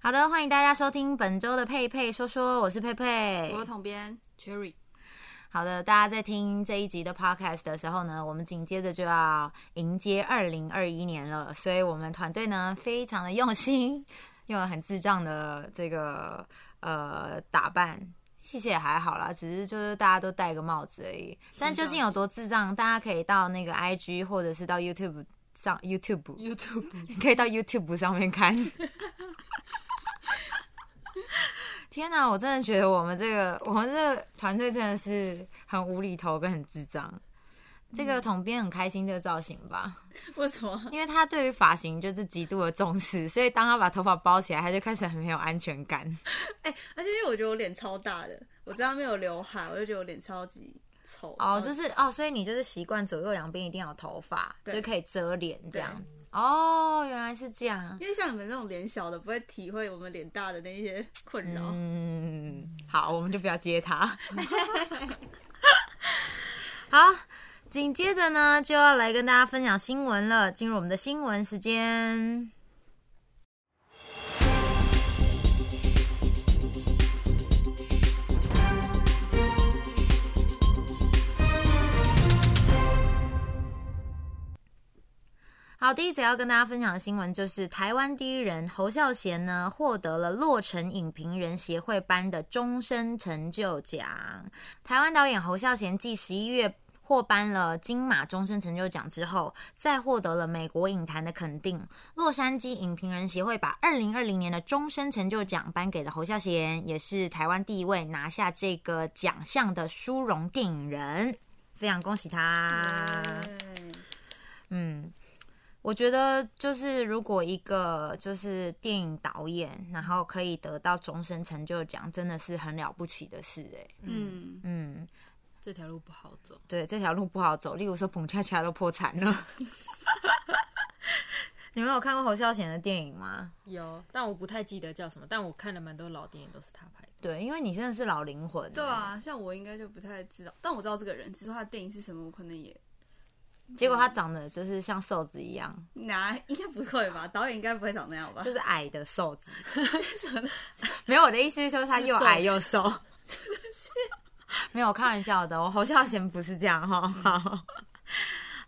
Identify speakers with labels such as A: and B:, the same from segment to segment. A: 好的，欢迎大家收听本周的佩佩说说，我是佩佩，
B: 我是统编 Cherry。
A: 好的，大家在听这一集的 podcast 的时候呢，我们紧接着就要迎接二零二一年了，所以我们团队呢非常的用心，用了很智障的这个呃打扮，其实也还好啦，只是就是大家都戴个帽子而已。但究竟有多智障，大家可以到那个 IG 或者是到 YouTube 上 YouTube，
B: YouTube
A: 可以到 YouTube 上面看。 天哪、我真的觉得我们这个我们这个团队真的是很无厘头跟很智障。这个统编很开心这个造型吧，
B: 为什么？
A: 因为他对于发型就是极度的重视，所以当他把头发包起来，他就开始很没有安全感。
B: 哎、而且因为我觉得我脸超大的，我这样没有刘海，我就觉得我脸超级丑。
A: 哦，
B: 超级
A: 就是哦，所以你就是习惯左右两边一定要有头发，就
B: 对
A: 是可以遮脸这样。哦，原来是这样。
B: 因为像你们那种脸小的，不会体会我们脸大的那一 些困扰。
A: 嗯，好，我们就不要接他。好，紧接着呢就要来跟大家分享新闻了，进入我们的新闻时间。好，第一则要跟大家分享的新闻就是台湾第一人侯孝贤呢获得了洛城影评人协会颁的终身成就奖。台湾导演侯孝贤继十一月。获颁了金马终身成就奖之后，再获得了美国影坛的肯定。洛杉矶影评人协会把二零二零年的终身成就奖颁给了侯孝贤，也是台湾第一位拿下这个奖项的殊荣电影人，非常恭喜他。
B: 对
A: 嗯，我觉得就是如果一个就是电影导演，然后可以得到终身成就奖，真的是很了不起的事哎、
B: 嗯，
A: 嗯，
C: 这条路不好走。
A: 对，这条路不好走，例如说彭恰恰都破产了。 你们有看过侯孝贤的电影吗？
C: 有，但我不太记得叫什么，但我看了蛮多老电影都是他拍的。
A: 对，因为你真的是老灵魂、欸
B: 对。啊，像我应该就不太知道，但我知道这个人，只是说他的电影是什么，我可能也
A: 结果他长得就是像瘦子一样，
B: 拿应该不会吧？导演应该不会长那样吧？
A: 就是矮的瘦子。
B: 什么
A: 没有，我的意思是说他又矮又瘦。真的是， 没有开玩笑的，我侯孝贤不是这样哈、 好，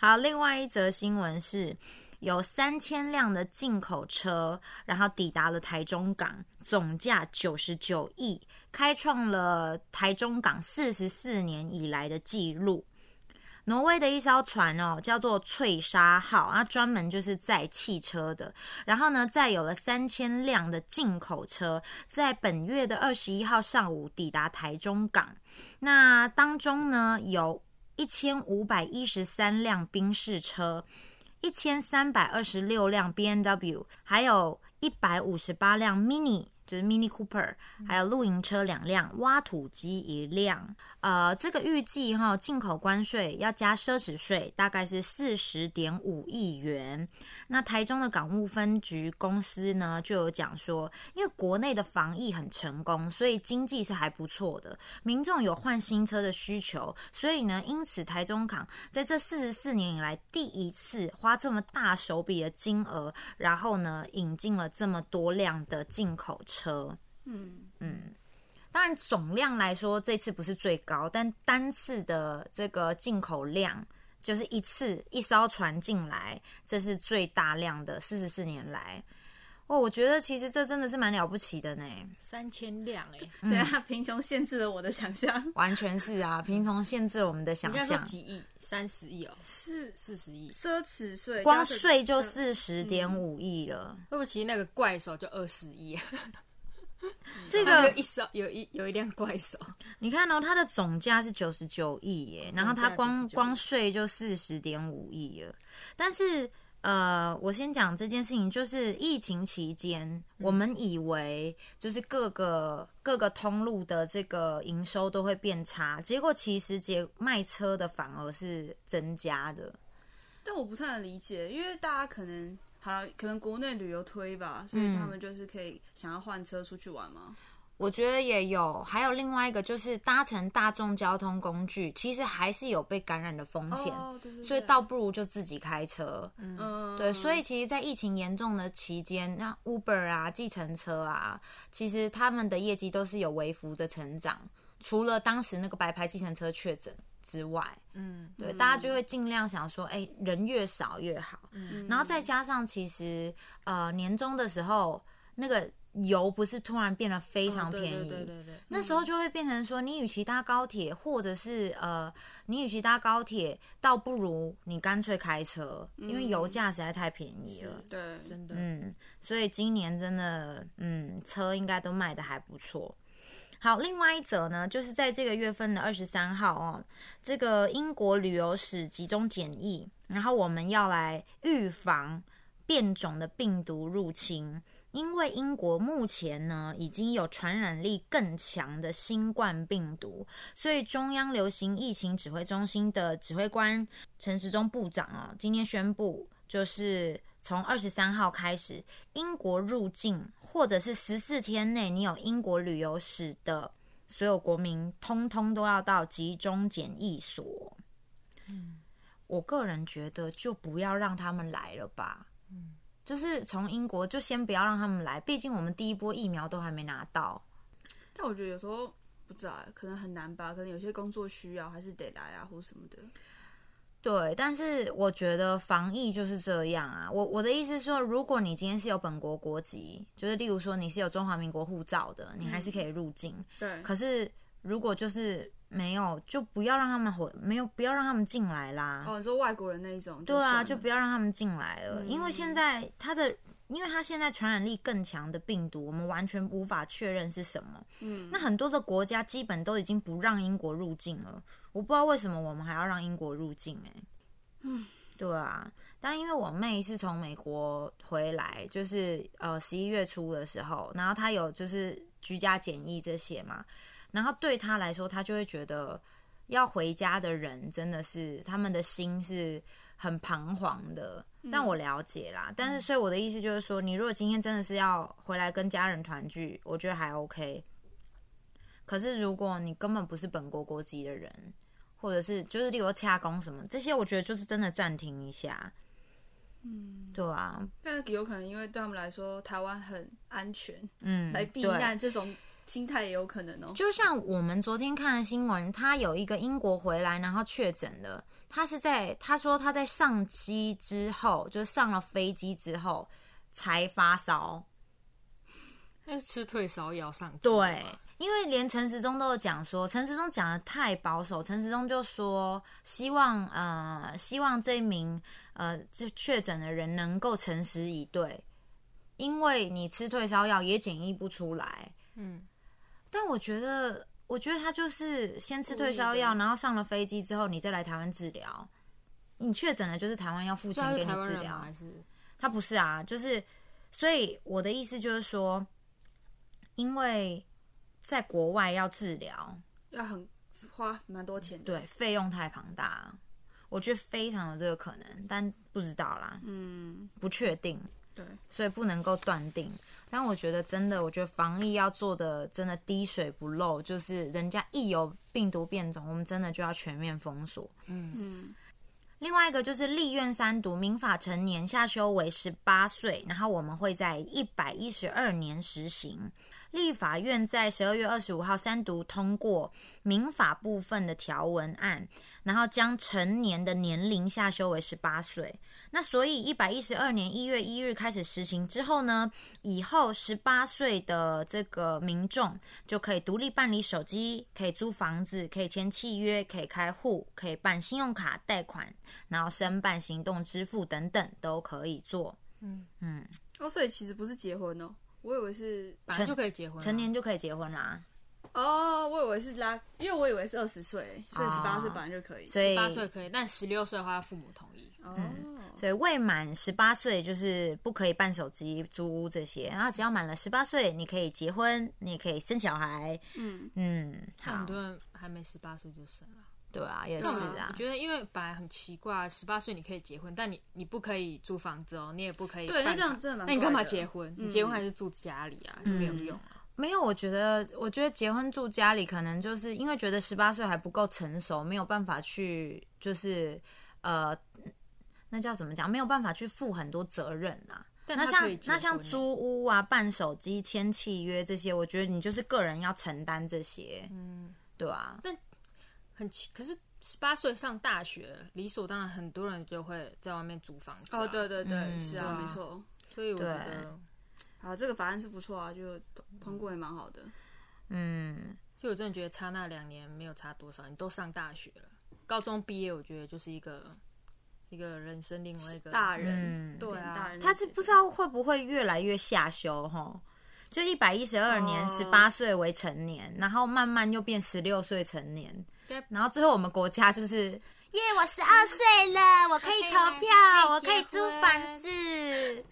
A: 好，另外一则新闻是。有三千辆的进口车，然后抵达了台中港，总价九十九亿，开创了台中港四十四年以来的纪录。挪威的一艘船哦，叫做“翠沙号”，它专门就是载汽车的。然后呢，载有了三千辆的进口车，在本月的二十一号上午抵达台中港。那当中呢，有一千五百一十三辆宾士车，一千三百二十六辆 B N W，还有一百五十八辆 Mini。就是 Mini Cooper，还有露营车两辆，挖土机一辆。呃，这个预计哈、进口关税要加奢侈税，大概是四十点五亿元。那台中的港务分局公司呢，就有讲说，因为国内的防疫很成功，所以经济是还不错的，民众有换新车的需求，所以呢，因此台中港在这四十四年以来第一次花这么大手笔的金额，然后呢，引进了这么多辆的进口车。
B: 嗯，
A: 当然总量来说，这次不是最高，但单次的这个进口量，就是一次一艘船进来，这是最大量的，四十四年来。哦，我觉得其实这真的是蛮了不起的呢，
C: 三千辆哎、欸，
A: 嗯
B: 对啊， 贫穷限制了我的想象。
A: 完全是啊，贫穷限制了我们的想
C: 你刚嗯说
A: 象。
C: 几亿？三十亿哦，
B: 是
C: 四十亿。
B: 奢侈税，
A: 光
B: 加上
A: 税就四
C: 嗯
A: 十点五亿了，
C: 会不会其实那个怪手就二十 亿？
A: 这
C: 他们
A: 个
C: 啊就一手有一有一辆怪手，
A: 你看哦，它的总价是九十九亿耶，然后它光
C: 总价99亿
A: 光税就四十点五亿了。但是呃，我先讲这件事情，就是疫情期
C: 嗯
A: 间，我们以为就是各个各个通路的这个营收都会变差，结果其实结卖车的反而是增加的。
B: 但我不太能理解，因为大家可能
A: 嗯
B: 好，可能国内旅游推吧，所以他们就是可以想要换车出去玩嘛。
A: 我觉得也有，还有另外一个就是搭乘大众交通工具，其实还是有被感染的风险，
B: 哦，对对对，
A: 所以倒不如就自己开车。
B: 嗯，
A: 对，所以其实，在疫情严重的期间，那 Uber 啊、计程车啊，其实他们的业绩都是有微幅的成长，除了当时那个白牌计程车确诊之外，
C: 嗯，
A: 对，大家就会尽量想说，哎、人越少越好。
B: 嗯
A: 然后再加上，其实呃，年终的时候，那个油不是突然变得非常
C: 哦对
A: 便宜，
C: 对对对对，
A: 那时候就会变成说，你与其搭高铁，或者是呃，你与其搭高铁，倒不如你干脆开车，因为油价实在太便宜了。
B: 对，
C: 真的，
A: 嗯，所以今年真的，嗯，车应该都卖的还不错。好，另外一则呢，就是在这个月份的二十三号哦，这个英国旅游史集中检疫，然后我们要来预防变种的病毒入侵，因为英国目前呢已经有传染力更强的新冠病毒，所以中央流行疫情指挥中心的指挥官陈时中部长哦，今天宣布，就是从二十三号开始，英国入境或者是十四天内你有英国旅游史的所有国民，通通都要到集中检疫所。嗯，我个人觉得就不要让他们来了吧。嗯，就是从英国就先不要让他们来，毕竟我们第一波疫苗都还没拿到。
B: 但我觉得有时候不知道欸，可能很难吧，可能有些工作需要还是得来啊，或什么的。
A: 对，但是我觉得防疫就是这样啊。我我的意思是说，如果你今天是有本国国籍，就是例如说你是有中华民国护照的，你还是可以入境。
B: 对，
A: 可是如果就是没有，就不要让他们回，没有不要让他们进来啦。
B: 哦，你说外国人那一种，
A: 对啊，
B: 就
A: 就
B: 算了
A: 不要让他们进来了，因为
B: 嗯
A: 现在它的，因为它现在传染力更强的病毒，我们完全无法确认是什么。
B: 嗯
A: 那很多的国家基本都已经不让英国入境了，我不知道为什么我们还要让英国入境、欸，哎，嗯，对啊，但因为我妹是从美国回来，就是呃十一月初的时候，然后她有就是居家检疫这些嘛，然后对她来说，她就会觉得要回家的人真的是他们的心是很彷徨的。
B: 嗯
A: 但我了解啦，但是所以我的意思就是说，你如果今天真的是要回来跟家人团聚，我觉得还 OK。可是如果你根本不是本国国籍的人，或者是就是例如洽公什么这些，我觉得就是真的暂停一下。嗯，对啊，
B: 但是有可能因为对他们来说，台湾很安全，
A: 嗯，
B: 来避
A: 对
B: 难这种心态也有可能哦。
A: 就像我们昨天看的新闻，他有一个英国回来然后确诊的，他是在他说他在上机之后，就是上了飞机之后才发烧。
C: 那是吃退烧药上机的
A: 对
C: 嘛，
A: 因为连陈时中都有讲说，陈时中讲的太保守，陈时中就说希望呃希望这名呃就确诊的人能够诚实以对，因为你吃退烧药也检疫不出来。
C: 嗯，
A: 但我觉得，我觉得他就是先吃退烧
C: 故
A: 药，
C: 意的
A: 然后上了飞机之后，你再来台湾治疗。你确诊了，就是台湾要付
C: 所
A: 钱
C: 以他
A: 给你治
C: 是啊台湾人吗
A: 疗
C: 还。是
A: 他不是啊，就是，所以我的意思就是说，因为在国外要治疗，
B: 要很花蛮多钱的。
A: 对费用太庞大，我觉得非常有这个可能，但不知道啦，
B: 嗯，
A: 不确定，
B: 对，
A: 所以不能够断定。但我觉得真的，我觉得防疫要做的真的滴水不漏，就是人家一有病毒变种，我们真的就要全面封锁。
B: 嗯，
A: 另外一个就是立院三读，民法成年下修为十八岁，然后我们会在一百一十二年实行。立法院在十二月二十五号三读通过民法部分的条文案，然后将成年的年龄下修为十八岁。那所以一百一十二年一月一日开始实行之后呢，以后十八岁的这个民众就可以独立办理手机，可以租房子，可以签契约，可以开户，可以办信用卡贷款，然后申办行动支付等等都可以做。
B: 哦，所以其实不是结婚哦，我以为是
C: 本来就可以结婚啊，
A: 成年就可以结婚啦，
B: 哦，我以为是拉，因为我以为是二十岁，所以
A: 哦
B: 十八岁
C: 啊
B: 本来就可以。
A: 所以
C: 八岁可以，但十六岁的话要父母同意。
B: 哦，
A: 所以未满十八岁就是不可以办手机、租屋这些，然后只要满了十八岁，你可以结婚，你也可以生小孩。
B: 嗯，
A: 嗯，
C: 但
A: 好
C: 很，多人还没十八岁就生了，
A: 对啊，也是
B: 干嘛
A: 啊
C: 我，觉得因为本来很奇怪，十八岁你可以结婚，但你你不可以租房子哦，你也不可以
B: 对，那
C: 办
B: 这样真的蛮怪的。
C: 那你干嘛结婚？
B: 嗯
C: 你结婚还是住家里啊，就没有用啊。
A: 没有，我觉得，我觉得结婚住家里，可能就是因为觉得十八岁还不够成熟，没有办法去，就是呃，那叫怎么讲？没有办法去负很多责任啊。
C: 但
A: 那
C: 他
A: 像
C: 可以结
A: 那像
C: 婚欸
A: 租屋啊、办手机、签契约这些，我觉得你就是个人要承担这些，
C: 嗯，
A: 对啊，
C: 很奇，可是十八岁上大学，理所当然很多人就会在外面租房子、啊。
B: 哦，对，对对，
A: 嗯
B: 是啊，
C: 对啊
B: 没错。
C: 所以我觉
A: 对
C: 得，
B: 啊，这个法案是不错啊，就通通过也蛮好的。
A: 嗯，
C: 就我真的觉得差那两年没有差多少，你都上大学了，高中毕业，我觉得就是一个一个人生另外一个
B: 大人
A: 嗯，
C: 对
B: 变
C: 啊
B: 大人的
A: 他
B: 阶
A: 是不
B: 段
A: 知道会不会越来越下修哈。就一百一十二年，十
B: 哦
A: 八岁为成年，然后慢慢又变十六岁成年
C: 该，
A: 然后最后我们国家就是，耶，我十二岁了，我可以投票，我可以租房子。对，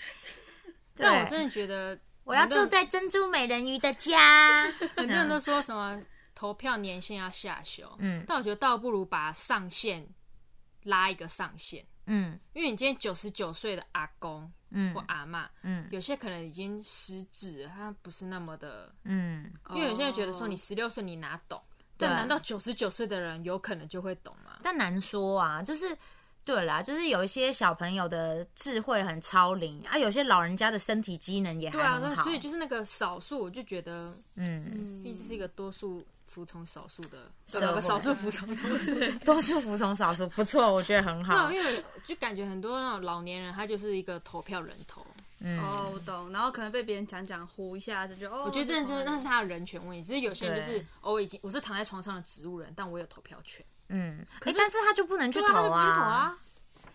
C: 但我真的觉得，
A: 我要住在珍珠美人鱼的 家。
C: 很多人都说什么投票年限要下修，
A: 啊嗯
C: 但我觉得倒不如把上限拉一个上限，
A: 嗯
C: 因为你今天九十九岁的阿公
A: 嗯
C: 或阿嬷，
A: 嗯
C: 有些可能已经失智了，他不是那么的，
A: 嗯，
C: 因为有些人觉得说你
B: 哦
C: 十六岁你哪懂，但
A: 对
C: 难道九十九岁的人有可能就会懂吗？
A: 但难说啊，就是。对啦，就是有一些小朋友的智慧很超龄啊，有些老人家的身体机能也还
C: 对啊，
A: 很
C: 那
A: 好，
C: 所以就是那个少数，我就觉得，
A: 嗯，
B: 嗯
C: 毕竟是一个多数服从少数的，
A: 社
C: 对吧
A: 会
C: 少数服从多数。
A: 多数服从少数，不错，我觉得很 好
C: 对，。啊因为就感觉很多那种老年人，他就是一个投票人头。
A: 嗯，
B: 哦，我懂。然后可能被别人讲讲唬一下，就觉得哦，
C: 我觉得这就是
B: 那
C: 那是他的人权问题。只是有些人就
A: 对
C: 是，哦，我已经我是躺在床上的植物人，但我有投票权。
A: 嗯，可但是他就不能去
B: 对
A: 投
B: 啊，他就不会去投
A: 啊，
B: 啊。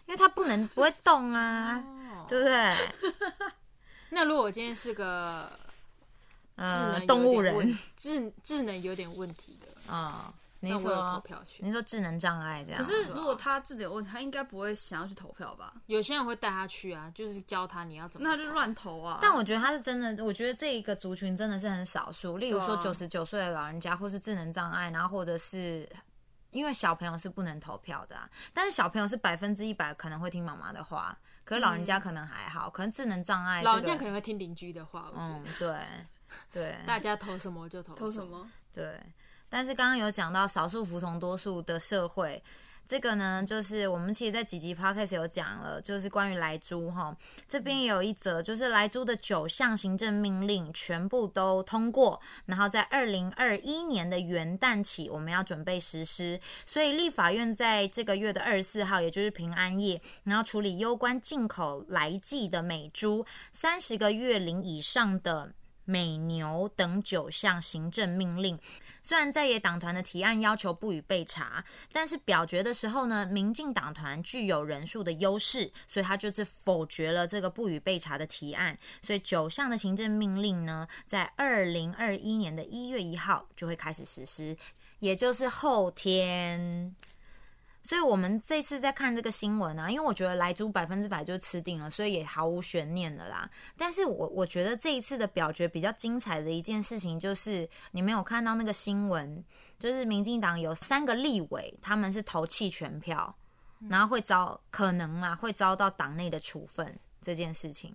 A: 因为他不能不会动啊，
C: 哦，
A: 对不对？
C: 那如果我今天是个 智能有
A: 呃，
C: 点
A: 动物
C: 问
A: 人，
C: 智智能有点问题的，
A: 啊，你
C: 那我有投
A: 说
C: 票权。
A: 你说智能障碍这样，
B: 可是
C: 啊
B: 如果他自己有问题，他应该不会想要去投票吧？
C: 有些人会带他去啊，就是教他你要怎么
B: 那
C: 投。
B: 他就乱投啊。
A: 但我觉得他是真的，我觉得这一个族群真的是很少数。例如说
B: 对
A: 九
B: 啊
A: 十九岁的老人家，或是智能障碍，然后或者是因为小朋友是不能投票的啊，但是小朋友是百分之一百可能会听妈妈的话，可是老人家可能还好，可能智能障碍、这个，
C: 嗯老人家可能会听邻居的话，我觉得
A: 嗯，对对
C: 大家投什么就投
B: 投
C: 什
B: 什。么？
A: 对。但是刚刚有讲到少数服从多数的社会，这个呢，就是我们其实，在几集 podcast 有讲了，就是关于莱猪哈，这边也有一则，就是莱猪的九项行政命令全部都通过，然后在二零二一年的元旦起，我们要准备实施。所以立法院在这个月的二十四号，也就是平安夜，然后处理攸关进口来记的美猪、三十个月龄以上的美牛等九项行政命令。虽然在野党团的提案要求不予备查，但是表决的时候呢，民进党团具有人数的优势，所以他就是否决了这个不予备查的提案。所以九项的行政命令呢，在二零二一年的一月一号就会开始实施，也就是后天。所以我们这次在看这个新闻啊，因为我觉得莱猪百分之百就吃定了，所以也毫无悬念了啦。但是我我觉得这一次的表决比较精彩的一件事情，就是你没有看到那个新闻，就是民进党有三个立委，他们是投弃权票，然后会遭可能啊会遭到党内的处分这件事情。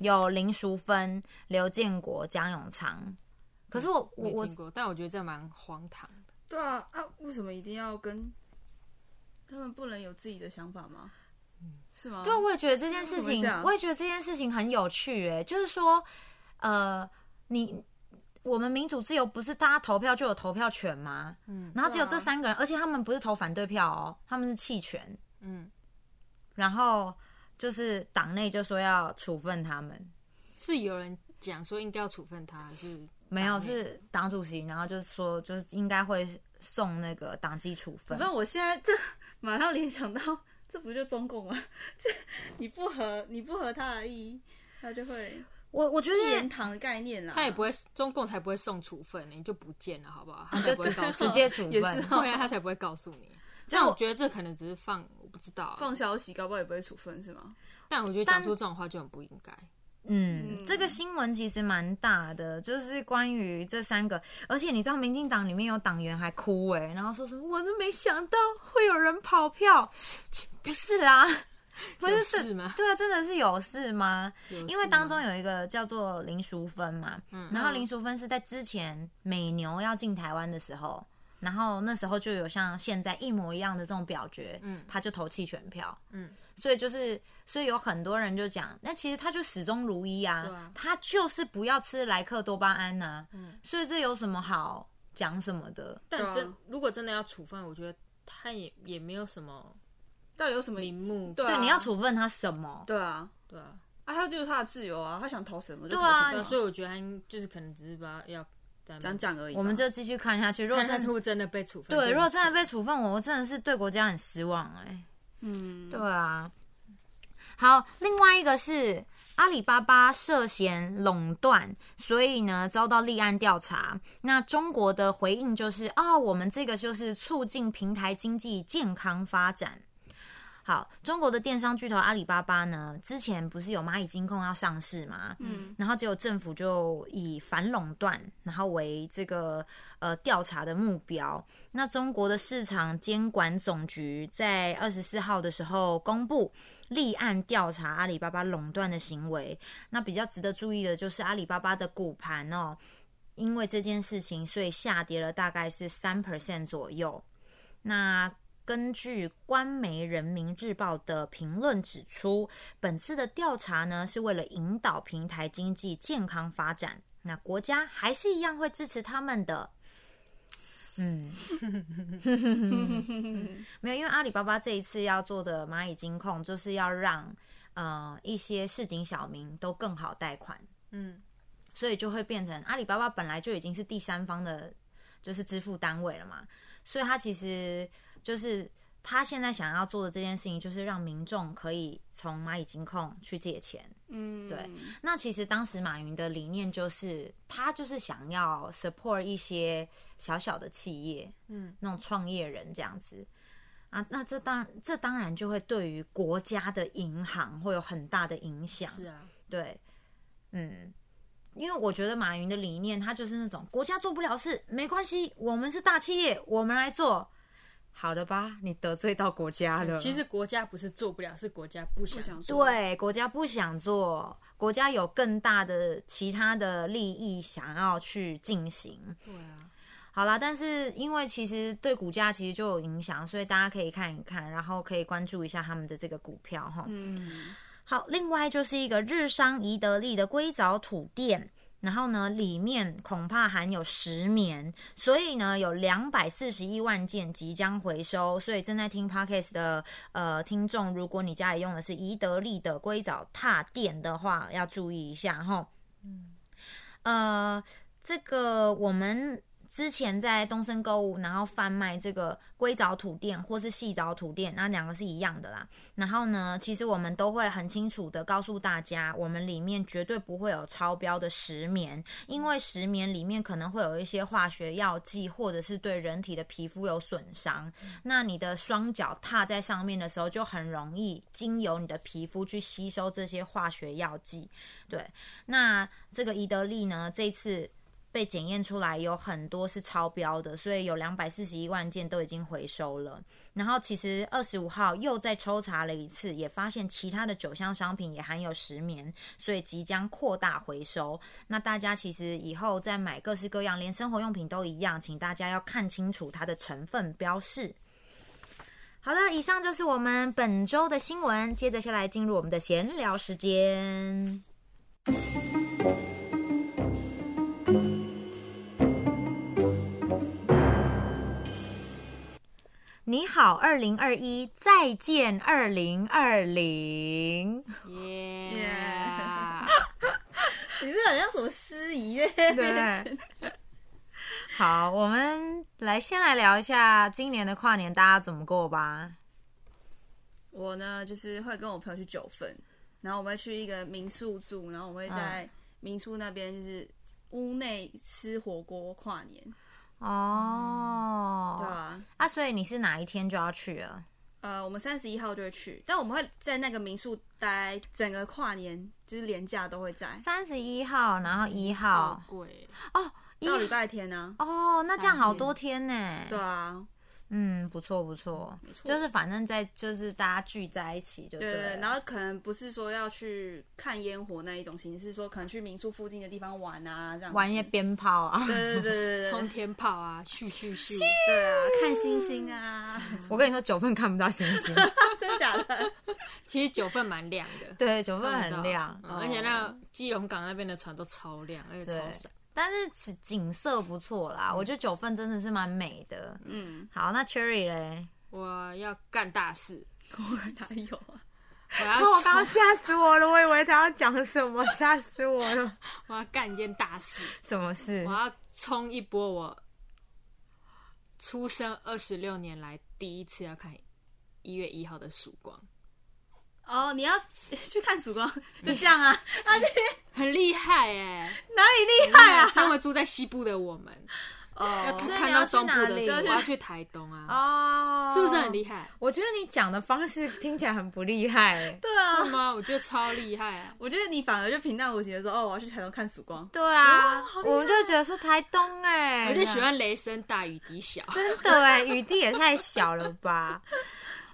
A: 有林淑芬、刘建国、江永昌，可是我我
C: 没
A: 我
C: 听过，但我觉得这蛮荒唐的。
B: 对啊啊！为什么一定要跟他们不能有自己的想法吗？是吗？
A: 对，我也觉得这件事
B: 啊怎么会
A: 情
B: 这，样
A: 我也觉得这件事情很有趣、哎，就是说，呃，你我们民主自由不是大家投票就有投票权吗？
C: 嗯
A: 然后只有
B: 对
A: 这
B: 啊
A: 三个人，而且他们不是投反对票哦，他们是弃权，
C: 嗯，
A: 然后就是党内就说要处分他们，
C: 是有人讲说应该要处分他，还是
A: 没有
C: 党内
A: 是党主席，然后就是说就是应该会送那个党纪处分
B: 反，正我现在这马上联想到，这不就中共吗？这你不合你不合他的意，他就会
A: 我我觉得
B: 一言堂的概念啦。
C: 他也不会中共才不会送处分，你就不见了，好不好？他才
A: 就
C: 不会告
A: 直直
C: 诉你
A: 接处
B: 也
A: 分
B: 是， 哦
C: 对啊，他才不会告诉你。但我觉得这可能只是放，我不知道啊。
B: 放消息，搞不好也不会处分，是吗？
C: 但我觉得
A: 但
C: 讲出这种话就很不应该。
A: 嗯，
B: 嗯
A: 这个新闻其实蛮大的，就是关于这三个，而且你知道，民进党里面有党员还 哭哎、然后说什么我都没想到会有人跑票，不是啊，不是
C: 有事 吗
A: 对啊，真的是有事吗？嗯因
C: 因
A: 为当中有一个叫做林淑芬嘛，然后林淑芬是在之前美牛要进台湾的时候，然后那时候就有像现在一模一样的这种表决，
C: 嗯
A: 他就投弃权票，
C: 嗯，
A: 所以就是，所以有很多人就讲，那其实他就始终如一啊，
C: 对啊
A: 他就是不要吃莱克多巴胺呐、
C: 嗯
A: 所以这有什么好讲什么的？
B: 对
C: 但
B: 啊
C: 真如果真的要处分，我觉得他也也没有什么
B: 到底有什么
C: 名目，
B: 对啊
A: 对，你要处分他什么？
B: 对啊，
C: 对啊，
B: 啊，他就是他的自由啊，他想投什么就投
A: 对啊
B: 什
A: 你
C: 对啊
B: 么，
C: 所以我觉得他应就是可能只是把他要在那边
B: 哎讲讲而已嘛。
A: 我们就继续看下去。如果
C: 看他
A: 真
C: 如果真的被处分，
A: 对，
C: 这
A: 如果
C: 种
A: 真的
C: 事
A: 被处分我，我真的是对国家很失望哎、
B: 嗯，
A: 对啊，好，另外一个是阿里巴巴涉嫌垄断，所以呢遭到立案调查。那中国的回应就是哦，我们这个就是促进平台经济健康发展。好，中国的电商巨头阿里巴巴呢，之前不是有蚂蚁金控要上市吗？
B: 嗯，
A: 然后结果政府就以反垄断，然后为这个呃调查的目标。那中国的市场监管总局在二十四号的时候公布立案调查阿里巴巴垄断的行为。那比较值得注意的就是阿里巴巴的股盘哦，因为这件事情，所以下跌了大概是三 percent 左右。那根据官媒《人民日报》的评论指出，本次的调查呢，是为了引导平台经济健康发展。那国家还是一样会支持他们的。嗯， 没有，因为阿里巴巴这一次要做的蚂蚁金控，就是要让呃一些市井小民都更好贷款，
C: 嗯，
A: 所以就会变成阿里巴巴本来就已经是第三方的，就是支付单位了嘛，所以它其实就是他现在想要做的这件事情，就是让民众可以从蚂蚁金控去借钱。
B: 嗯，
A: 对那其实当时马云的理念就是，他就是想要 support 一些小小的企业，
C: 嗯，
A: 那种创业人这样子。啊，那这当这当然就会对于国家的银行会有很大的影响。
C: 是啊，
A: 对，嗯，因为我觉得马云的理念，他就是那种国家做不了事没关系，我们是大企业，我们来做。好的吧，你得罪到国家了。
C: 其实国家不是做不了，是国家不
B: 不
C: 想
B: 想
C: 做。
B: 做，
A: 对国家不想做，国家有更大的其他的利益想要去进行。
C: 对啊，
A: 好啦，但是因为其实对股价其实就有影响，所以大家可以看一看，然后可以关注一下他们的这个股票哈。
B: 嗯，
A: 好，另外就是一个日商宜得利的硅藻土店。然后呢，里面恐怕含有石棉，所以呢，有两百四十一万件即将回收。所以正在听 podcast 的呃听众，如果你家里用的是宜得利的硅藻踏垫的话，要注意一下哈。嗯，呃，这个我们之前在东森购物，然后贩卖这个硅藻土垫或是细藻土垫，那两个是一样的啦。然后呢，其实我们都会很清楚的告诉大家，我们里面绝对不会有超标的石棉，因为石棉里面可能会有一些化学药剂，或者是对人体的皮肤有损伤。那你的双脚踏在上面的时候，就很容易经由你的皮肤去吸收这些化学药剂。对，那这个宜得利呢，这次。被检验出来有很多是超标的，所以有两百四十一万件都已经回收了。然后其实二十五号又再抽查了一次，也发现其他的九项商品也含有石棉，所以即将扩大回收。那大家其实以后在买各式各样，连生活用品都一样，请大家要看清楚它的成分标示。好的，以上就是我们本周的新闻，接着下来进入我们的闲聊时间。你好，二零二一，再见二零二零。
C: 耶
B: Yeah 你这好像什么司仪耶？
A: 对不对？好，我们来先来聊一下今年的跨年大家怎么过吧。
B: 我呢，就是会跟我朋友去九份，然后我们会去一个民宿住，然后我们会在民宿那边就是屋内吃火锅跨年，
A: 哦，
B: 对啊，
A: 啊，所以你是哪一天就要去了？
B: 呃，我们三十一号就会去，但我们会在那个民宿待整个跨年，就是连假都会在，
A: 三十一号，然后一
C: 好
A: 号，
C: 贵，
A: 哦，一
B: 到礼拜天呢、
A: 哦，那这样好多天呢。
B: 对啊，
A: 嗯，不错不错，就是反正在就是大家聚在一起就
B: 对
A: 了
B: 对，然后可能不是说要去看烟火那一种形式，是说可能去民宿附近的地方玩啊，这样子
A: 玩一些。鞭炮啊。
B: 对对对对对
C: 冲
B: 对，
C: 天炮啊，咻 咻咻！
B: 对啊，看星星啊，
A: 我跟你说，九份看不到星星，
B: 真假的？
C: 其实九份蛮亮的，
A: 对，九份
C: 看不到
A: 很亮，哦
C: 嗯而且那基隆港那边的船都超亮，而且超
A: 对
C: 闪。，
A: 但是其景色不错啦，我觉得九份真的是蛮美的。
B: 嗯，
A: 好，那 Cherry 嘞？
C: 我要干大事，
B: 哪有啊？
C: 我 要冲
A: 吓死我了，我以为他要讲什么， 吓死我了。
C: 我要干一件大事，
A: 什么事
C: 我？要冲一波我出生二十六年来第一次要看一月一号的曙光，
B: 哦，你要去看曙光，就这样啊？
C: 很厉害 哎、
B: 哪里厉害啊？
C: 身为住在西部的我们，要
B: 哦，
C: 看到东部
A: 所以
C: 的
A: 你
C: 时
A: 要
C: 候，
A: 去哪里
C: 我要去台东啊，
A: 哦，
C: 是不是很厉害？
A: 我觉得你讲的方式听起来很不厉害、
B: 对啊
C: 是，吗？我觉得超厉害啊！
B: 我觉得你反而就平淡无奇的说，哦，我要去台东看曙光。
A: 对啊，我们就觉得说台东哎、
C: 我就喜欢雷声大雨滴小，
A: 真的哎、雨地也太小了吧。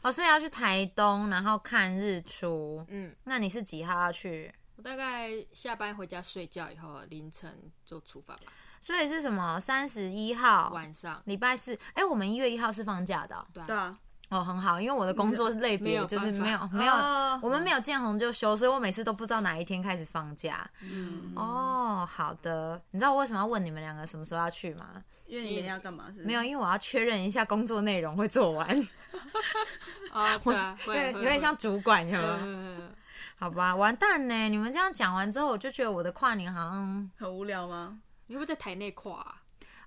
A: 哦，所以要去台东，然后看日出。
C: 嗯，
A: 那你是几号要去？
C: 我大概下班回家睡觉以后，凌晨就出发吧，
A: 所以是什么？三十一号
C: 晚上
A: 礼拜四。哎、我们一月一号是放假的哦、
C: 对
B: 对
C: 啊，
B: 啊，
A: 哦，很好，因为我的工作类
C: 没
A: 别
C: 有
A: 就是
C: 办法
A: 没有没有，
B: 哦
A: 我们没有见红就休，所以我每次都不知道哪一天开始放假。
B: 嗯，
A: 哦，好的，你知道我为什么要问你们两个什么时候要去吗？
B: 因为你明天要干嘛？是不是
A: 没有，因为我要确认一下工作内容会做完，
C: 哦，对啊，会
A: 对，
C: 会嗯
A: 有点像啊
C: 会
A: 主管，有没
C: 会
A: 有？
C: 会会
A: 好吧，完蛋呢！你们这样讲完之后，我就觉得我的跨年好像
B: 很无聊吗？
C: 你会不会在台内跨啊？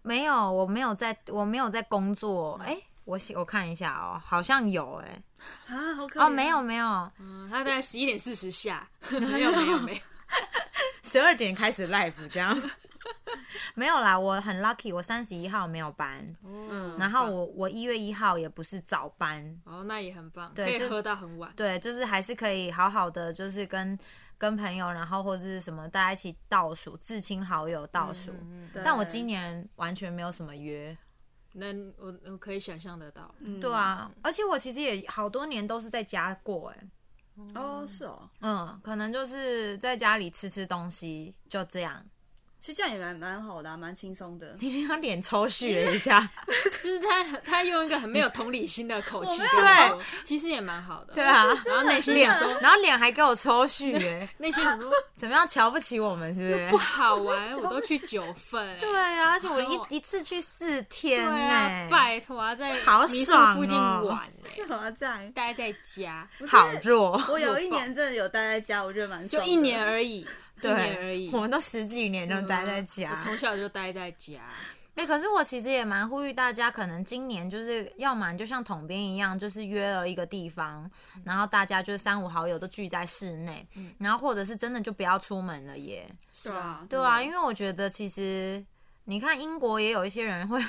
A: 没有，我没有在，我没有在工作。哎、我写我看一下哦，好像有哎、
B: 啊，好可怜
A: 哦，没有没有，
C: 嗯，他大概十一点四 十下，没有没有没有，
A: 十二点开始 live 这样。 没有啦，我很 lucky，我三十一号没有班，
B: 嗯
A: 然后我我一月一号也不是早班，
C: 哦，那也很棒，
A: 对
C: 可以
A: 这
C: 喝到很晚，
A: 对，就是还是可以好好的，就是跟跟朋友，然后或者是什么大家一起倒数，至亲好友倒数。
C: 嗯，嗯
B: 对
A: 但我今年完全没有什么约，
C: 那我我可以想象得到，
B: 嗯
A: 对啊，而且我其实也好多年都是在家过、哎，
B: 哦，是哦，
A: 嗯，可能就是在家里吃吃东西，就这样。
B: 其实这样也蛮蛮好的啊，蛮轻松的。
A: 你要脸抽血欸一下，
C: 就是他他用一个很没有同理心的口气跟
A: 我没有
C: 我说，其实也蛮好的，
A: 对啊，
C: 然后内心
A: 脸
C: 想说，，
A: 然后脸还给我抽血、哎。
C: 内心 想说
A: 怎么样瞧不起我们是不是？
C: 不好 玩，我都去九份、欸，
A: 对啊，而且我
C: 然后
A: 一一次去四天
C: 对
A: 呢、
C: 啊，拜托啊，在
A: 好
C: 民宿
A: 爽
C: 附近
A: 哦
C: 玩、欸，
B: 干嘛这样？
C: 待在家，
A: 好弱，
B: 我有一年真的有待在家，我觉得蛮
C: 就
B: 爽的
C: 一年而已，一
A: 对
C: 年而已，啊
A: 我们都十几年都待在家
C: 我。从小就待在家，
A: 哎、可是我其实也蛮呼吁大家，可能今年就是要么你就像统编一样，就是约了一个地方，
C: 嗯
A: 然后大家就是三五好友都聚在室内，然后或者是真的就不要出门了耶。
C: 是
B: 啊
A: 对啊，因为我觉得其实你看英国也有一些人会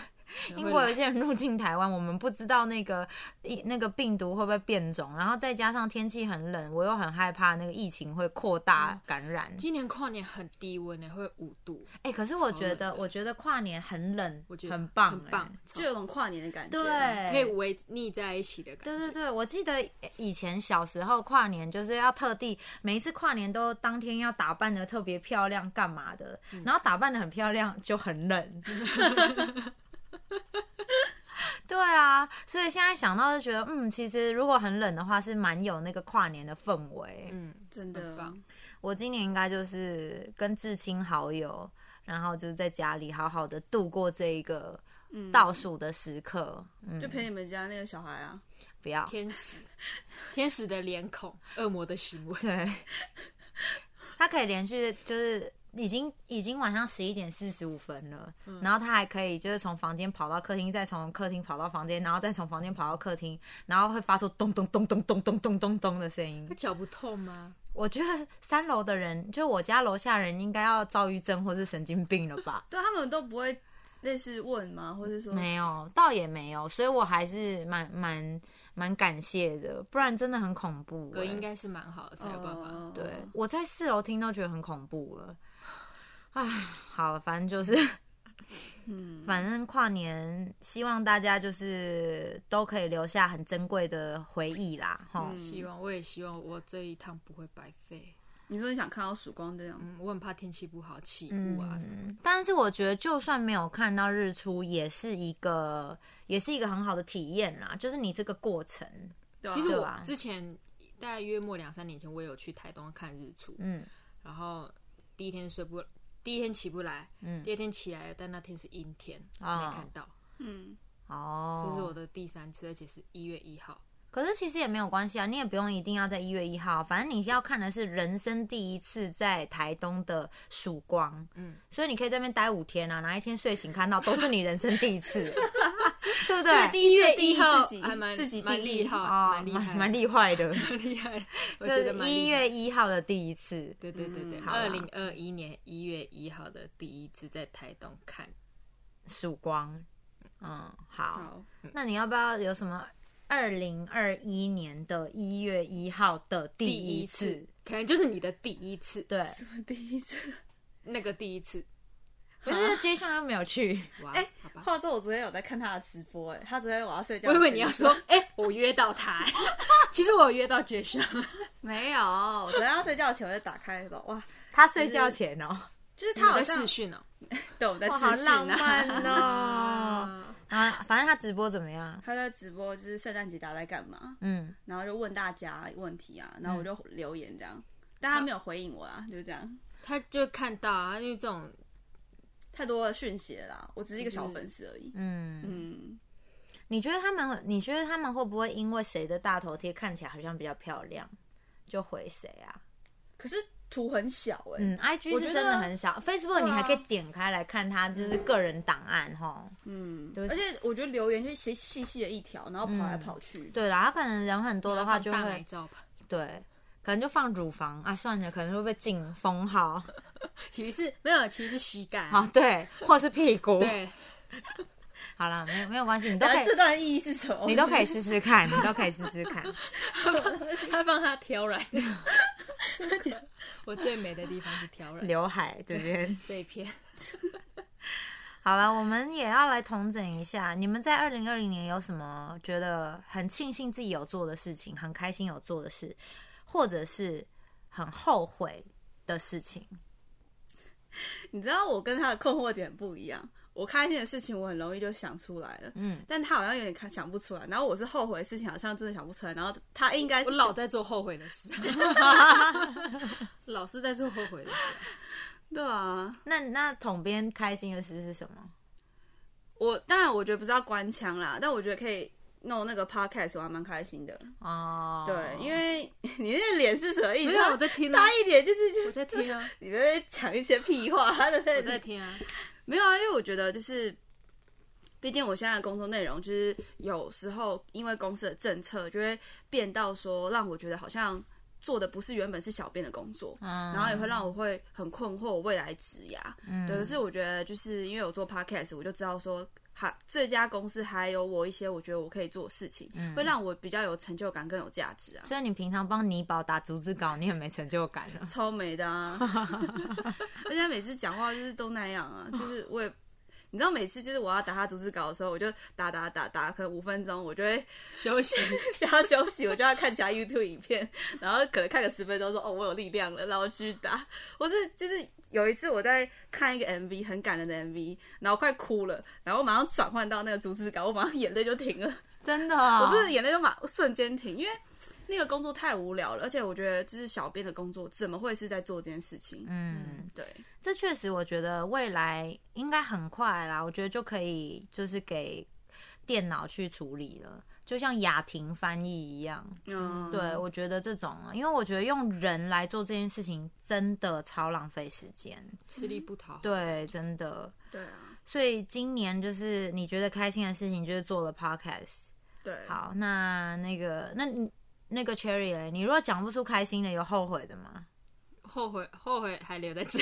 A: 英国有一些人入境台湾，我们不知道那个一那个病毒会不会变种，然后再加上天气很冷，我又很害怕那个疫情会扩
C: 嗯
A: 大感染。哎、
C: 今年跨年很低温呢、会五度，
A: 可是我觉
C: 超
A: 得，
C: 冷
A: 我觉得跨年很冷，
C: 我觉得
A: 很棒、欸
C: 很棒，，超
B: 就有种跨年的感觉。啊
A: 对，
C: 可以围腻在一起的感
A: 对
C: 觉，
A: 对对，我记得以前小时候跨年就是要特地，每一次跨年都当天要打扮的特别漂亮，干嘛的？
C: 嗯
A: 然后打扮的很漂亮就很 冷。对啊，所以现在想到就觉得，嗯，其实如果很冷的话，是蛮有那个跨年的氛围。
C: 嗯，
B: 真
C: 很
B: 的
C: 棒。
A: 我今年应该就是跟至亲好友，然后就是在家里好好的度过这一个
B: 嗯
A: 倒数的时刻。嗯，
B: 就陪你们家那个小孩啊，
A: 不要
C: 天使， 天使的脸孔，恶魔的行为，
A: 对，他可以连续就是已经已经晚上十一点四十五分了，
C: 嗯
A: 然后他还可以就是从房间跑到客厅，再从客厅跑到房间，然后再从房间跑到客厅，然后会发出咚咚咚咚咚咚咚咚咚的声音
C: 他。脚不痛吗？
A: 我觉得三楼的人，就我家楼下人，应该要躁郁症或是神经病了吧？
B: 对他们都不会类似问吗？或是
C: 嗯
B: 说
A: 没有，倒也没有，所以我还是蛮蛮蛮感谢的，不然真的很恐怖欸、
C: 隔应该是蛮好的，才有办法。
B: 哦
A: 对，我在四楼听都觉得很恐怖了。唉，好了，反正就是嗯，反正跨年，希望大家就是都可以留下很珍贵的回忆啦，哈、
B: 嗯
C: 希望我也希望我这一趟不会白费。
B: 你说你想看到曙光这样，
C: 嗯，我很怕天气不好起雾啊什么的。
A: 但是我觉得，就算没有看到日出，也是一个也是一个很好的体验啦，就是你这个过程，
B: 对啊
C: 其实
A: 对
C: 我
A: 啊
C: 之前大概约莫两三年前，我也有去台东看日出，
A: 嗯
C: 然后第一天睡不，第一天起不来，
A: 嗯
C: 第二天起来了，但那天是阴天，
A: 啊
C: 没看到。
B: 嗯，
A: 哦，
C: 这是我的第三次，而且是一月一号。
A: 可是其实也没有关系啊，你也不用一定要在一月一号，啊反正你要看的是人生第一次在台东的曙光，
C: 嗯，
A: 所以你可以在那边待五天啊，哪一天睡醒看到都是你人生第一次，对 不
B: 这是
A: 对？
B: 第一次
C: 月
B: 定义
C: 一号
B: 自己
C: 还蛮
A: 自己
C: 蛮
A: 定义
C: 厉害，
A: 哦
C: 蛮厉害，
A: 蛮蛮厉害的，
C: 蛮厉害，我觉
A: 这是
C: 得蛮
A: 一
C: 厉害。
A: 月一号的第一次，
C: 对对对对，
A: 好啦
C: 二零二一年一月一号的第一次在台东看，
A: 曙光。嗯，好，
B: 好，
A: 那你要不要有什么二零二一年的一月一号的第一次？
C: 可能就是你的第一次，
A: 对，
B: 什么第一次？
C: 那个第一次，
A: 可是 J 项又没有去，
C: 哇，
B: 哎
C: 好，吧，
B: 话说我昨天有在看他的直播，哎，他昨天我要睡觉，
C: 我以为你要说，哎、我约到他、 其实我有约到绝校，
B: 没有，我昨天要睡觉前我就打开了，哇，
A: 他睡觉前哦。
B: 就是他
C: 他
B: 好
C: 在
B: 像
C: 试训哦，
B: 对我在
A: 哇，好
B: 私讯
A: 浪
B: 啊，
A: 漫 哦！
C: 啊
A: 啊，反正他直播怎么样？
B: 他在直播就是圣诞节大家在干嘛，
A: 嗯，
B: 然后就问大家问题啊，
C: 嗯
B: 然后我就留言这样，但他没有回应我啊，就是这样，
C: 他就看到啊，因为这种
B: 太多的讯息了啦，我只是一个小粉丝而已，
A: 嗯，
B: 嗯，
A: 你觉得他们，你觉得他们会不会因为谁的大头贴看起来好像比较漂亮，就回谁啊？
B: 可是图很小哎、
A: 嗯，IG
B: 我
A: 是
B: 觉得
A: 真的很小，Facebook 你还可以点开来看他就是个人档案哈。
B: 嗯，
A: 对不
B: 而
A: 起
B: 且我觉得留言就写细细的一条，然后跑来跑去，
C: 嗯
A: 对啦，他可能人很多的话就
C: 大奶
B: 欸
A: 会
C: 照吧，
A: 对，可能就放乳房啊，算了，可能会被禁封号
C: 其实是没有，其实是膝盖，
A: 啊，对，或是屁股。
C: 对，
A: 好啦，没有没有关系，你都
B: 然
A: 可
B: 后这
A: 以，
B: 段的意义是什么？
A: 你都可以试试看，你都可以试试看。
C: 他帮他挑染， 我最美的地方是挑染
A: 刘海这边。
C: 这 一片，
A: 好了，我们也要来统整一下，你们在二零二零年有什么觉得很庆幸自己有做的事情，很开心有做的事，或者是很后悔的事情？
B: 你知道我跟他的困惑点不一样，我开心的事情我很容易就想出来了，
A: 嗯，
B: 但他好像有点看想不出来，然后我是后悔的事情好像真的想不出来，然后他应该是
C: 我老在做后悔的 事，老是在做后悔的事。
B: 对啊，
A: 那那统编开心的事是什么？
B: 我当然我觉得不是要官腔啦，但我觉得可以弄那个 podcast 我还蛮开心的，
A: 哦，
B: 对，因为 你那脸是什么意思？
C: 没有，我在听啊
B: 他，一脸就是就
C: 我
B: 是
C: 在听 啊，
B: 你们讲一些屁话，他的
C: 我
B: 那
C: 在听啊。
B: 没有啊，因为我觉得就是，毕竟我现在的工作内容就是有时候因为公司的政策就会变到说，让我觉得好像做的不是原本是小编的工作，
A: 嗯
B: 然后也会让我会很困惑我未来职涯。
A: 嗯
B: 对，可是我觉得就是因为我做 podcast，我就知道说。还这家公司还有我一些我觉得我可以做的事情，
A: 嗯
B: 会让我比较有成就感，更有价值啊，
A: 所以你平常帮尼宝打逐字稿，你很没成就感啊。
B: 超美的 啊！而且他每次讲话就是都那样啊，
C: 哦
B: 就是我也，你知道每次就是我要打他逐字稿的时候，我就打打打打，可能五分钟，我就会
C: 休息，
B: 叫他休息，我就要看其他 YouTube 影片，然后可能看个十分钟说哦我有力量了，然后继续打。我是就是有一次我在看一个 MV 很感人的 MV，然后快哭了，然后我马上转换到那个逐字稿，我马上眼泪就停了，
A: 真的啊、
B: 我真的眼泪就马瞬间停，因为。那个工作太无聊了，而且我觉得就是小编的工作怎么会是在做这件事情？
A: 嗯，
B: 对，
A: 这确实，我觉得未来应该很快啦，我觉得就可以就是给电脑去处理了，就像雅婷翻译一样。
B: 嗯，
A: 对，我觉得这种啊，因为我觉得用人来做这件事情真的超浪费时间，
C: 吃力不讨好。
A: 对，真的。
B: 对啊，
A: 所以今年就是你觉得开心的事情，就是做了 podcast。
B: 对，
A: 好，那那个，那你那个 Cherry 嘞，你如果讲不出开心的，有后悔的吗？
C: 后悔，后悔还留在这。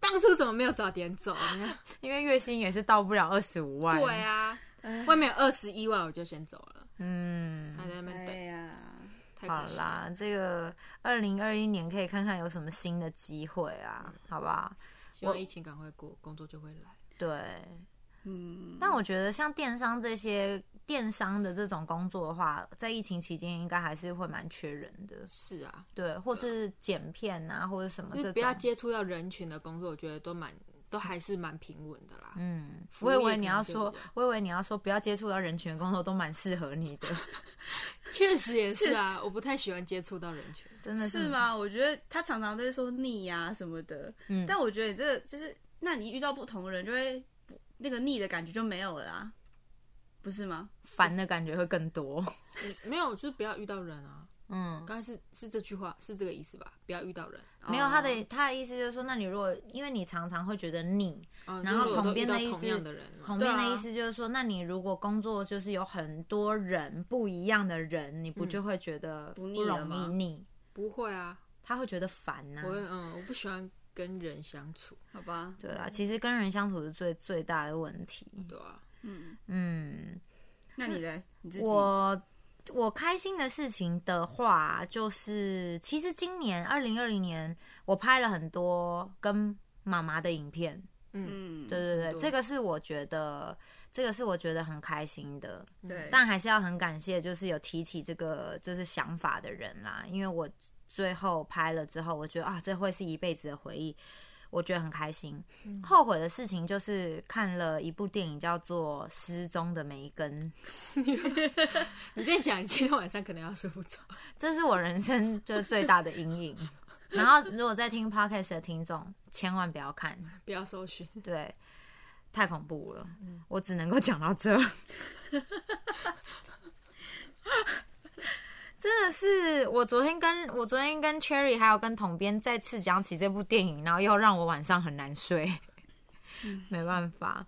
C: 当初怎么没有早点走呢？
A: 因为月薪也是到不了二十五万。
C: 对啊，
B: 哎
C: 外面有二十一万，我就先走了，
A: 嗯，
C: 还在那边
B: 哎
C: 等，
B: 呀，
C: 太
A: 好
C: 可惜了。嗯
A: 啦，这个二零二一年可以看看有什么新的机会啊，好不好？
C: 希望疫情赶快过，工作就会来。
A: 对，
B: 嗯，
A: 但我觉得像电商这些电商的这种工作的话，在疫情期间应该还是会蛮缺人的，
C: 是啊，
A: 对，或是剪片啊，或者什么
C: 就
A: 这种，
C: 是不要接触到人群的工作，我觉得都蛮都还是蛮平稳的啦。
A: 嗯，
C: 服务
A: 我以
C: 业
A: 为
C: 可
A: 你
C: 能
A: 要
C: 就
A: 说
C: 比较，
A: 我以为你要说不要接触到人群的工作都蛮适合你的，
C: 确实也是啊，我不太喜欢接触到人群。
A: 真的
B: 是？吗？我觉得他常常都会说腻呀、什么的，
A: 嗯
B: 但我觉得你这个就是，那你遇到不同的人就会那个腻的感觉就没有了啊，不是吗？
A: 烦的感觉会更 多。
C: 没有，就是不要遇到人啊。
A: 嗯，
C: 刚才是是这句话是这个意思吧？不要遇到人。
A: 没有，他
B: 哦
A: 的他的意思就是说，那你如果因为你常常会觉得腻，
C: 哦
A: 然后
C: 就是我都
A: 旁
C: 遇
A: 边
C: 到
A: 的一
C: 同
A: 只
C: 样的人嘛，
A: 旁边的
B: 对啊
A: 意思就是说，那你如果工作就是有很多人不一样的人，你不就会觉得
B: 嗯不腻
A: 不
B: 了
A: 容易
B: 吗
A: 腻？
C: 不会啊，
A: 他会觉得烦呐、
C: 我会嗯，我不喜欢跟人相处，
B: 好吧，
A: 对啦，其实跟人相处是最最大的问题。
C: 对啊，
B: 嗯，
A: 嗯，
B: 那你嘞？你自己
A: 我我开心的事情的话，就是其实今年二零二零年，我拍了很多跟妈妈的影片。
C: 嗯，
B: 嗯，
A: 对对对，
C: 很多
A: 这个是我觉得，这个是我觉得很开心的。
C: 嗯
B: 对，
A: 但还是要很感谢，就是有提起这个就是想法的人啦，因为我最后拍了之后，我觉得啊，这会是一辈子的回忆，我觉得很开心。
B: 嗯
A: 后悔的事情就是看了一部电影叫做《失踪的梅根》。
C: 你这样讲，你今天晚上可能要睡不着。
A: 这是我人生就是最大的阴影。然后，如果在听 podcast 的听众，千万不要看，
C: 不要搜寻，
A: 对，太恐怖了。我只能够讲到这，真的是我昨天跟我昨天跟 Cherry 还有跟统编再次讲起这部电影，然后又让我晚上很难睡，没办法。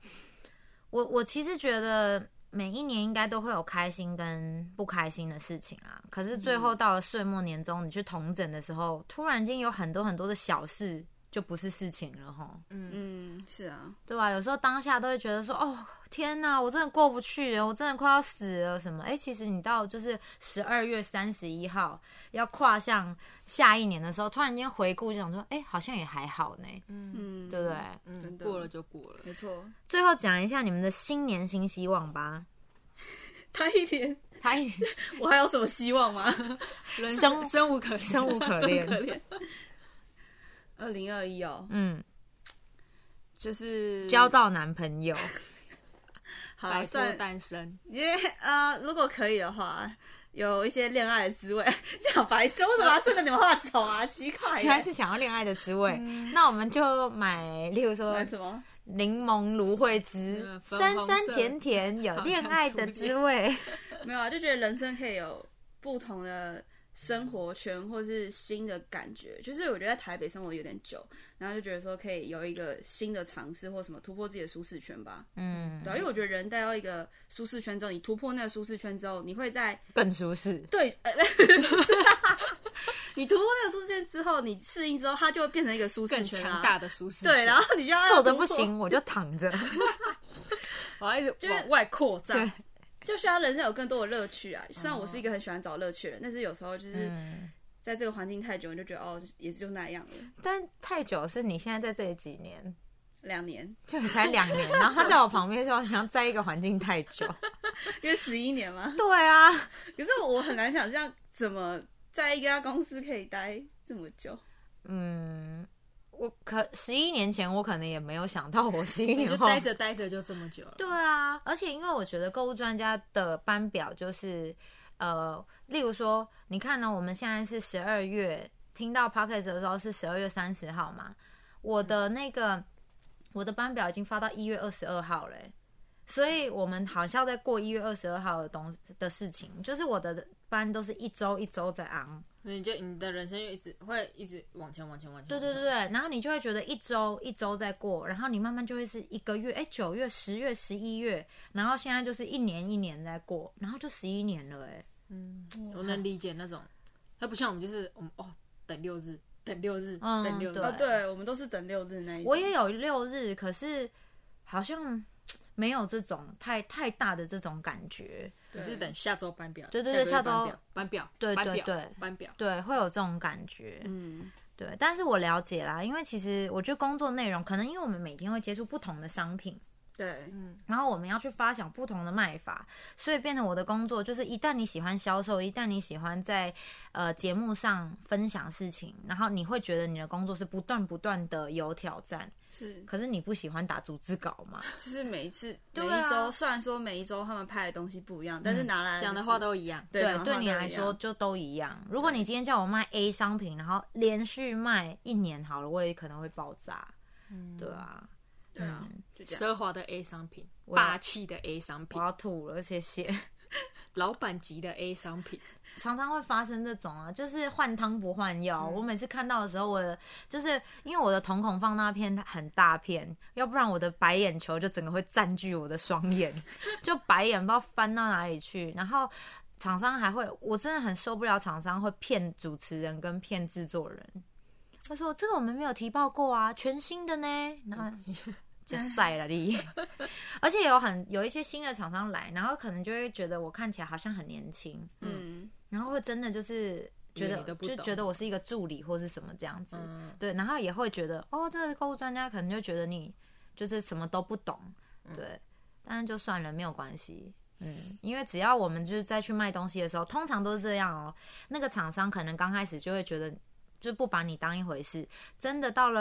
A: 我我其实觉得每一年应该都会有开心跟不开心的事情啊，可是最后到了岁末年终，你去统整的时候，突然间有很多很多的小事就不是事情了吼。
C: 嗯，
B: 嗯是啊，
A: 对吧、有时候当下都会觉得说，哦，天哪，我真的过不去了，我真的快要死了什么？哎，其实你到就是十二月三十一号要跨向下一年的时候，突然间回顾，就想说，哎，好像也还好呢，
B: 嗯，
A: 对不对？？
C: 嗯，
B: 真的
C: 过了就过了，
B: 没错，
A: 最后讲一下你们的新年新希望吧。
B: 他一脸，
A: 他
B: 我还有什么希望 吗？
C: 人
A: 生
C: 生无可
A: 生无可
B: 真可
A: 恋，
B: 怜。 二零二一哦，
A: 嗯，
B: 就是
A: 交到男朋友，
B: 好
C: 摆
B: 了，
C: 脱
B: 算
C: 单身，
B: 因为呃，如果可以的话，有一些恋爱的滋味。 这样白痴，为什么要顺着你们话走 啊？奇怪耶，
A: 原来是想要恋爱的滋味。
C: 嗯
A: 那我们就买，例如说
B: 为什么？
A: 柠檬芦荟汁
C: 嗯，粉
A: 酸
C: 红
A: 酸
C: 色
A: 甜甜，有
C: 好
A: 恋
C: 像
A: 爱
C: 初
A: 的
C: 恋
A: 滋味。
B: 没有啊，就觉得人生可以有不同的生活圈，或是新的感觉。就是我觉得在台北生活有点久，然后就觉得说可以有一个新的尝试，或什么突破自己的舒适圈吧。
A: 嗯，
B: 对啊，因为我觉得人待到一个舒适圈之后，你突破那个舒适圈之后，你会在
A: 更舒适。
B: 对，呃、你突破那个舒适圈之后，你适应之后，它就会变成一个舒适
C: 更
B: 圈、啊、
C: 强大的舒适圈。
B: 对，然后你就要
A: 坐着
B: 突
A: 不
B: 破，
A: 行，我就躺着。
C: 我要一直
B: 是
C: 往外扩
A: 对
C: 张。
B: 就需要人生有更多的乐趣啊。虽然我是一个很喜欢找乐趣的人，但是有时候就是
A: 嗯，
B: 在这个环境太久，你就觉得哦，也就那样了。
A: 但太久是你现在在这里几年，
B: 两年，
A: 就才两年，然后他在我旁边说，想在一个环境太久。
B: 因为十一年嘛。
A: 对啊，
B: 可是我很难想象怎么在一家公司可以待这么久。
A: 嗯，我可十一年前我可能也没有想到，我十一
C: 你
A: 年
C: 就
A: 后
C: 待着待着就这么久了，
A: 对啊，而且因为我觉得购物专家的班表就是，呃，例如说，你看呢，我们现在是十二月，听到 p o c k e t 的时候是十二月三十号嘛，我的那个、我的班表已经发到一月二十二号嘞、所以我们好像在过一月二十二号的东的事情，就是我的班都是一周一周在昂，
C: 那你就你的人生就一直会一直往前往前往前。
A: 对对对对，然后你就会觉得一周一周在过，然后你慢慢就会是一个月，哎，九月、十月、十一月，然后现在就是一年一年在过，然后就十一年了，哎，
C: 对，嗯我能理解那种，它不像我们就是我们哦等六日，等六日，
A: 嗯
C: 等六日，
A: 对
B: 哦，对，我们都是等六日那一种。
A: 我也有六日，可是好像没有这种太太大的这种感觉，
B: 对
C: 你是等下周班表，
A: 对对对
C: 下个月
A: 下周
C: 班表，班表，
A: 对
C: 班
A: 对
C: 表
A: 对
C: 班表，
A: 对，会有这种感觉，
B: 嗯，
A: 对，但是我了解啦，因为其实我觉得工作内容，可能因为我们每天会接触不同的商品，
B: 对，
A: 然后我们要去发想不同的卖法，所以变得我的工作就是，一旦你喜欢销售，一旦你喜欢在呃节目上分享事情，然后你会觉得你的工作是不断不断的有挑战。
B: 是，
A: 可是你不喜欢打逐字稿嘛？
B: 就是每一次、每
A: 对啊
B: 一周，虽然说每一周他们拍的东西不一样，但是拿来
C: 讲的话都一样。
B: 对，讲
A: 对，
B: 的
A: 对
B: 话
A: 你
B: 都
A: 来
B: 一样
A: 说就都一样。如果你今天叫我卖 A 商品，然后连续卖一年好了，我也可能会爆炸。对啊，
B: 对啊，就这样。
C: 奢华的 A 商品，
A: 我要
C: 霸气的 A 商
A: 我
C: 品，
A: 要吐了，谢谢。
C: 老板级的 A 商品，
A: 常常会发生这种啊，就是换汤不换药。我每次看到的时候，我的就是因为我的瞳孔放大片很大片，要不然我的白眼球就整个会占据我的双眼， 就白眼不知道翻到哪里去。然后厂商还会，我真的很受不了厂商会骗主持人跟骗制作人。他说：“这个我们没有提报过啊，全新的呢。”然后就晒了你， 而且有很有一些新的厂商来，然后可能就会觉得我看起来好像很年轻，
B: 嗯，
A: 然后会真的就是觉
C: 以为
A: 得
C: 你都不
A: 就
C: 懂
A: 觉得我是一个助理或是什么这样子，
C: 嗯
A: 对，然后也会觉得哦，这个购物专家可能就觉得你就是什么都不懂，
C: 嗯
A: 对，但是就算了，没有关系。嗯，因为只要我们就是再去卖东西的时候，通常都是这样哦。那个厂商可能刚开始就会觉得，就不把你当一回事。真的到了